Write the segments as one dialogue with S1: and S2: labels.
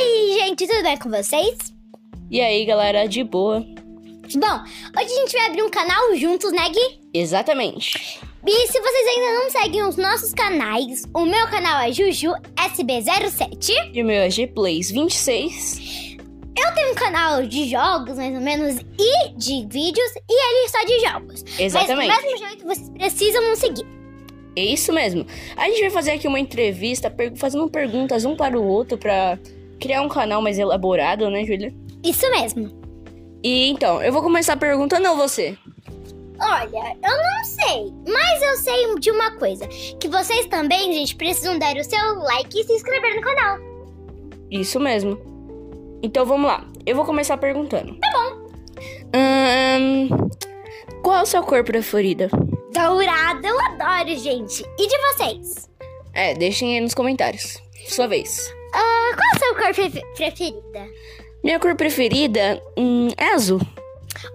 S1: gente, tudo bem com vocês?
S2: E aí, galera, de boa?
S1: Bom, hoje a gente vai abrir um canal juntos, né, Gui?
S2: Exatamente.
S1: E se vocês ainda não seguem os nossos canais, o meu canal é Juju SB07.
S2: E o meu é Gplays26.
S1: Eu tenho um canal de jogos, mais ou menos, e de vídeos, e ele é só de jogos.
S2: Exatamente.
S1: Mas do mesmo jeito, vocês precisam nos seguir.
S2: É isso mesmo. A gente vai fazer aqui uma entrevista, per- fazendo perguntas um para o outro pra criar um canal mais elaborado, né, Júlia?
S1: Isso mesmo.
S2: E então, eu vou começar perguntando a você.
S1: Olha, eu não sei, mas eu sei de uma coisa: que vocês também, gente, precisam dar o seu like e se inscrever no canal.
S2: Isso mesmo. Então vamos lá. Eu vou começar perguntando. Tá bom. qual a sua cor preferida?
S1: Dourada, eu adoro, gente. E de vocês?
S2: É, deixem aí nos comentários. Sua vez.
S1: Ah, qual a sua cor prefe- preferida?
S2: Minha cor preferida hum, é azul.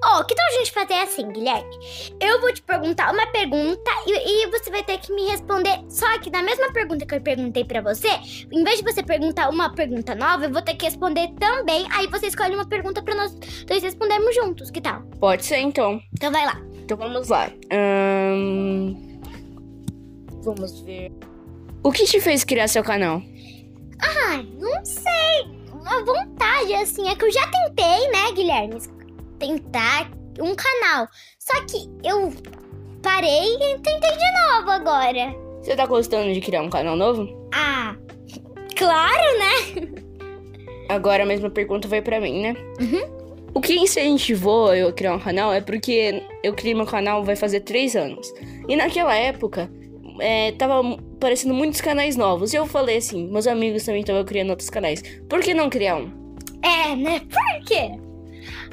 S1: Oh, que tal a gente fazer assim, Guilherme? Eu vou te perguntar uma pergunta e, e você vai ter que me responder. Só que na mesma pergunta que eu perguntei pra você, em vez de você perguntar uma pergunta nova, eu vou ter que responder também. Aí você escolhe uma pergunta pra nós dois respondermos juntos. Que tal?
S2: Pode ser então.
S1: Então vai lá.
S2: Então vamos lá. Ahn, vamos ver. O que te fez criar seu canal?
S1: Ah, não sei. Uma vontade, assim. É que eu já tentei, né, Guilherme? Tentar um canal. Só que eu parei e tentei de novo agora.
S2: Você tá gostando de criar um canal novo?
S1: Ah, claro, né?
S2: Agora a mesma pergunta vai pra mim, né? O que incentivou eu a criar um canal é porque eu criei meu canal vai fazer três anos. E naquela época, é, tava aparecendo muitos canais novos. E eu falei assim, meus amigos também estavam criando outros canais. Por que não criar um?
S1: É, né? Por quê?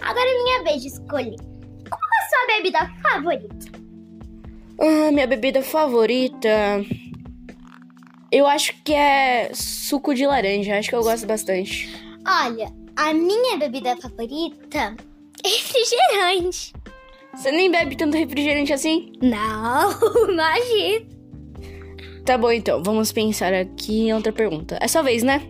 S1: Agora é minha vez de escolher. Qual é a sua bebida favorita?
S2: Ah, minha bebida favorita. Eu acho que é suco de laranja. Acho que eu gosto bastante.
S1: Olha, a minha bebida favorita é refrigerante.
S2: Você nem bebe tanto refrigerante assim?
S1: Não, imagina.
S2: Tá bom, então. Vamos pensar aqui em outra pergunta. É sua vez, né?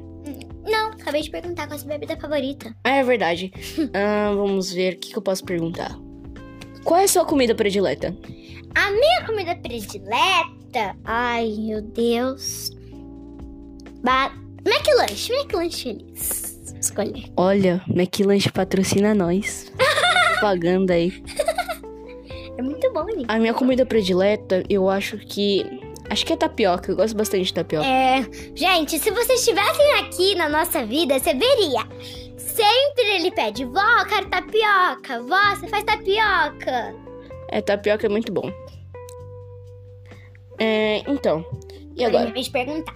S1: Não, acabei de perguntar qual é a sua bebida favorita.
S2: Ah, é verdade. Ah, vamos ver o que, que eu posso perguntar. Qual é a sua comida predileta?
S1: A minha comida predileta. Ai, meu Deus. Ba McLanche, McLanche feliz. Escolher.
S2: Olha, McLanche patrocina nós. Pagando aí.
S1: É muito bom, né?
S2: A minha comida predileta, eu acho que. Acho que é tapioca. Eu gosto bastante de tapioca.
S1: É, gente, se vocês estivessem aqui na nossa vida, você veria. Sempre ele pede, vó, eu quero tapioca. Vó, você faz tapioca.
S2: É, tapioca é muito bom. É, então. E agora?
S1: Em vez de perguntar.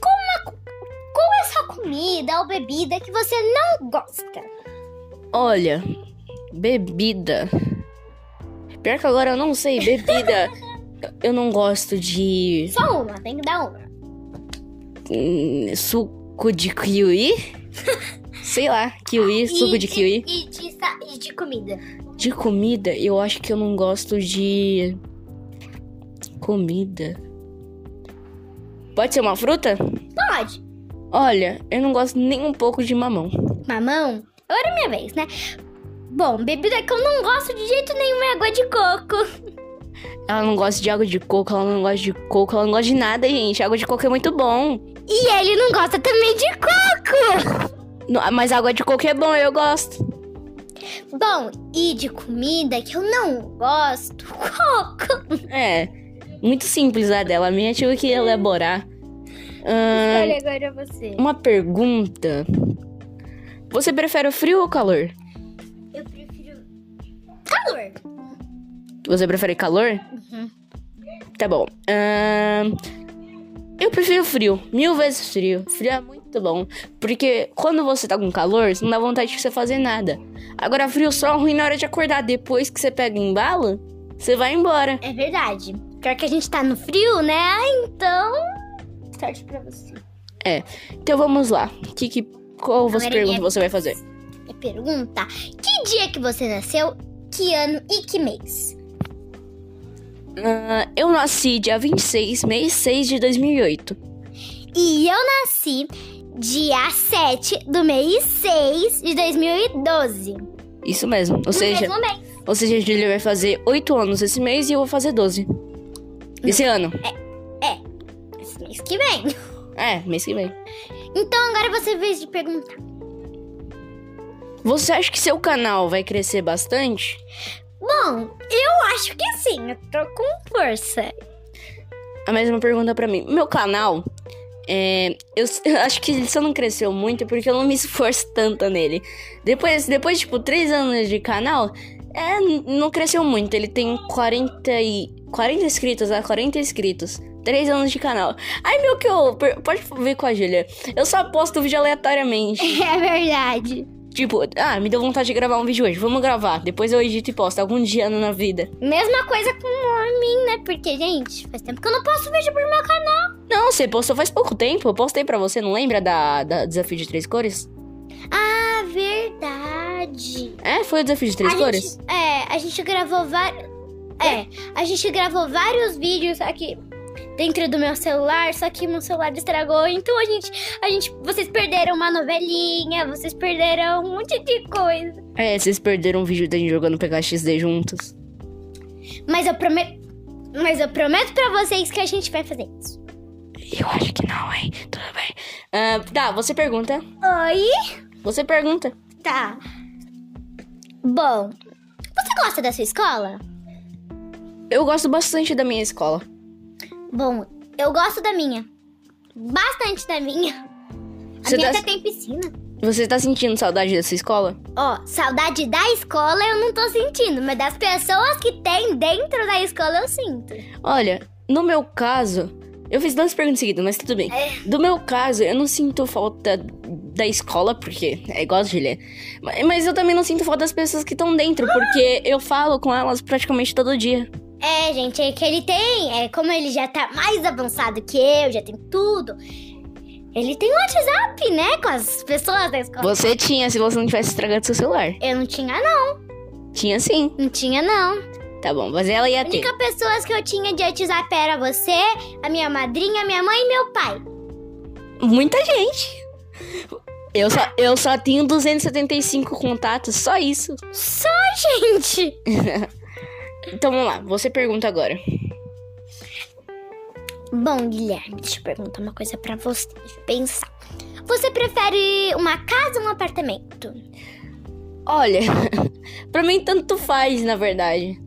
S1: Qual, uma co- qual é a sua comida ou bebida que você não gosta?
S2: Olha, bebida. Pior que agora eu não sei, bebida. eu não gosto de
S1: Só uma, tem que dar uma.
S2: hum, suco de kiwi. sei lá, kiwi, suco
S1: E
S2: de kiwi.
S1: E de, sa- e de comida.
S2: De comida, eu acho que eu não gosto de. Comida. Pode ser uma fruta?
S1: Pode.
S2: Olha, eu não gosto nem um pouco de mamão.
S1: Mamão? Agora é minha vez, né? Bom, bebida que eu não gosto de jeito nenhum é água de coco.
S2: Ela não gosta de água de coco, ela não gosta de coco, ela não gosta de nada, gente. Água de coco é muito bom.
S1: E ele não gosta também de coco.
S2: No- Mas água de coco é bom, eu gosto.
S1: Bom, e de comida que eu não gosto, coco.
S2: É, muito simples a dela. A minha tive que elaborar. Ahn,
S1: Olha agora você.
S2: uma pergunta. Você prefere o frio ou o calor?
S1: Eu prefiro calor.
S2: Você prefere calor? Tá bom. Ahn, eu prefiro frio. Mil vezes frio. Frio é muito bom. Porque quando você tá com calor, não dá vontade de você fazer nada. Agora, frio só é ruim na hora de acordar. Depois que você pega o embalo, você vai embora.
S1: É verdade. Pior que a gente tá no frio, né? Então. Sorte pra você.
S2: É. Então vamos lá. Que, que, qual você
S1: Agora
S2: pergunta
S1: minha
S2: você vai fazer?
S1: E pergunta: que dia que você nasceu, que ano e que mês?
S2: Ah, eu nasci dia 26, mês 6 de 2008.
S1: E eu nasci dia 7 do mês 6 de 2012.
S2: Isso mesmo. Ou
S1: No
S2: seja,
S1: mesmo mês.
S2: ou seja, a Júlia vai fazer 8 anos esse mês e eu vou fazer 12. Esse ano.
S1: Esse mês que vem.
S2: É, mês que vem.
S1: Então agora você vez de perguntar.
S2: Você acha que seu canal vai crescer bastante?
S1: Bom, eu acho que sim, eu tô com força.
S2: A mesma pergunta pra mim. Meu canal, é, eu, s- eu acho que ele só não cresceu muito porque eu não me esforço tanto nele. Depois, depois tipo, 3 anos de canal, é, n- não cresceu muito. Ele tem 40, e, 40 inscritos, ah, 40 inscritos. 3 anos de canal. Ai, meu, que eu... per- Pode ver com a Júlia. Eu só posto vídeo aleatoriamente.
S1: É verdade.
S2: Tipo, ah, me deu vontade de gravar um vídeo hoje. Vamos gravar. Depois eu edito e posto algum dia na vida.
S1: Mesma coisa com o mim, né? Porque, gente, faz tempo que eu não posso vídeo pro meu canal.
S2: Não, você postou faz pouco tempo. Eu postei pra você, não lembra da, da desafio de três cores?
S1: Ah, verdade.
S2: É, foi o desafio de três
S1: a
S2: cores?
S1: Gente, é, a gente gravou vários. É, a gente gravou vários vídeos aqui dentro do meu celular, só que meu celular estragou. Então a gente, a gente, vocês perderam uma novelinha, vocês perderam um monte de coisa.
S2: É, vocês perderam um vídeo da gente jogando PKXD juntos.
S1: Mas eu prometo, mas eu prometo para vocês que a gente vai fazer isso.
S2: Eu acho que não, hein? Tudo bem. Ah, tá, você pergunta.
S1: Oi.
S2: Você pergunta.
S1: Tá. Bom, você gosta da sua escola?
S2: Eu gosto bastante da minha escola.
S1: Bom, eu gosto da minha. Bastante da minha. A
S2: Você
S1: minha
S2: tá-
S1: até tem piscina.
S2: Você tá sentindo saudade dessa escola?
S1: Ó, saudade da escola eu não tô sentindo, mas das pessoas que tem dentro da escola eu sinto.
S2: Olha, no meu caso. Eu fiz duas perguntas seguidas, mas tudo bem. Do meu caso, eu não sinto falta da escola, porque é igual a Julia. Ma- Mas eu também não sinto falta das pessoas que estão dentro, porque eu falo com elas praticamente todo dia.
S1: É, gente, é que ele tem, é como ele já tá mais avançado que eu, já tem tudo. Ele tem um WhatsApp, né, com as pessoas da escola.
S2: Você tinha, se você não tivesse estragado seu celular.
S1: Eu não tinha, não.
S2: Tinha sim.
S1: Não tinha, não.
S2: Tá bom, mas ela ia
S1: A
S2: ter.
S1: única pessoas que eu tinha de WhatsApp era você, a minha madrinha, minha mãe e meu pai.
S2: Muita gente. Eu só, eu só tenho 275 contatos, só isso.
S1: Só, gente!
S2: Então vamos lá, você pergunta agora.
S1: Bom, Guilherme, deixa eu perguntar uma coisa pra você. Deixa eu pensar. Você prefere uma casa ou um apartamento?
S2: Olha, pra mim tanto faz, na verdade.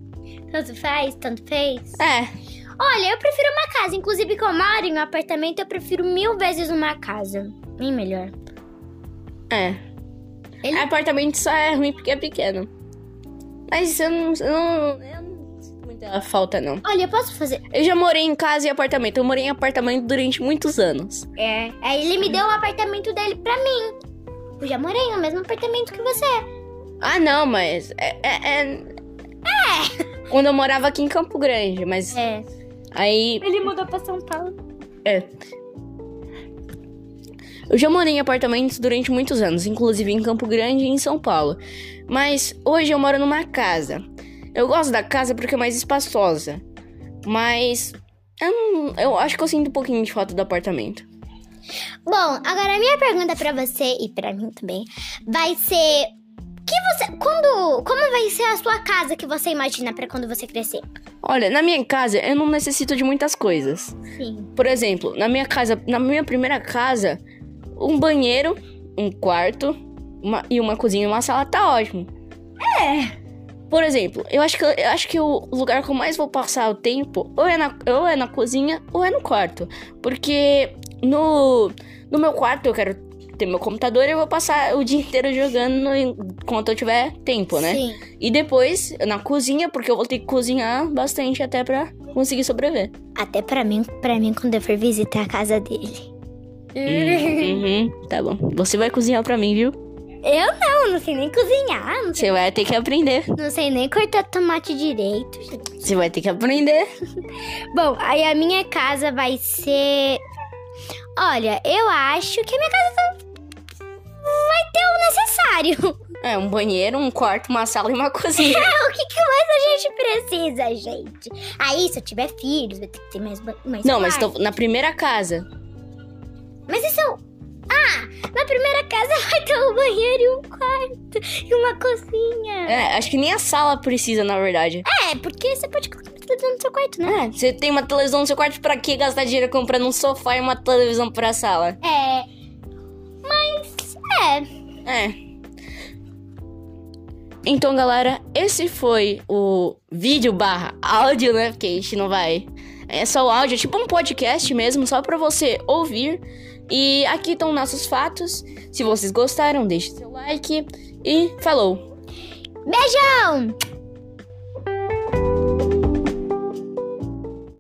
S1: Tanto faz, tanto fez.
S2: É,
S1: Olha, eu prefiro uma casa. Inclusive, que eu moro em um apartamento, eu prefiro mil vezes uma casa. Bem melhor.
S2: É.
S1: Ele-
S2: Apartamento só é ruim porque é pequeno. Mas eu não, eu não, eu não sinto muita falta, não.
S1: Olha, eu posso fazer.
S2: Eu já morei em casa e apartamento. Eu morei em apartamento durante muitos anos.
S1: É. Aí ele me deu o apartamento dele pra mim. Eu já morei no mesmo apartamento que você.
S2: Ah, não, mas. É. É. é- Quando eu morava aqui em Campo Grande, mas
S1: É.
S2: aí.
S1: Ele mudou pra São Paulo.
S2: É. Eu já morei em apartamentos durante muitos anos, inclusive em Campo Grande e em São Paulo. Mas hoje eu moro numa casa. Eu gosto da casa porque é mais espaçosa. Mas eu, não- eu acho que eu sinto um pouquinho de falta do apartamento.
S1: Bom, agora a minha pergunta pra você e pra mim também vai ser que você quando como vai ser a sua casa que você imagina pra quando você crescer?
S2: Olha, na minha casa eu não necessito de muitas coisas.
S1: Sim.
S2: Por exemplo, na minha casa, na minha primeira casa, um banheiro, um quarto uma- e uma cozinha e uma sala tá ótimo. É. Por exemplo, eu acho que eu acho que o lugar que eu mais vou passar o tempo ou é na, ou é na cozinha ou é no quarto. Porque no, no meu quarto eu quero ter meu computador e eu vou passar o dia inteiro jogando no- enquanto eu tiver tempo, né?
S1: Sim.
S2: E depois na cozinha, porque eu vou ter que cozinhar bastante até pra conseguir sobreviver.
S1: Até pra mim, para mim quando eu for visitar a casa dele.
S2: Uhum, tá bom. Você vai cozinhar pra mim, viu?
S1: Eu não, não sei nem cozinhar, não sei,
S2: Você vai ter que aprender.
S1: não sei nem cortar tomate direito. gente.
S2: Você vai ter que aprender.
S1: Bom, aí a minha casa vai ser Olha, eu acho que a minha casa tá- vai ter o necessário.
S2: É, um banheiro, um quarto, uma sala e uma cozinha.
S1: O que, que mais a gente precisa, gente? Aí, se eu tiver filhos, vai ter que ter mais. ba- mais
S2: Não, mas
S1: quarto.
S2: tô na primeira casa.
S1: Mas e se eu. Ah, na primeira casa vai ter um banheiro e um quarto e uma cozinha.
S2: É, acho que nem a sala precisa, na verdade.
S1: É, porque você pode colocar uma televisão no seu quarto, né?
S2: É, você tem uma televisão no seu quarto, pra que gastar dinheiro comprando um sofá e uma televisão pra sala?
S1: É. Mas. É.
S2: É. Então, galera, esse foi o vídeo barra áudio, né? Porque a gente não vai... É só o áudio, é tipo um podcast mesmo, só pra você ouvir. E aqui estão nossos fatos. Se vocês gostaram, deixe seu like. E falou!
S1: Beijão!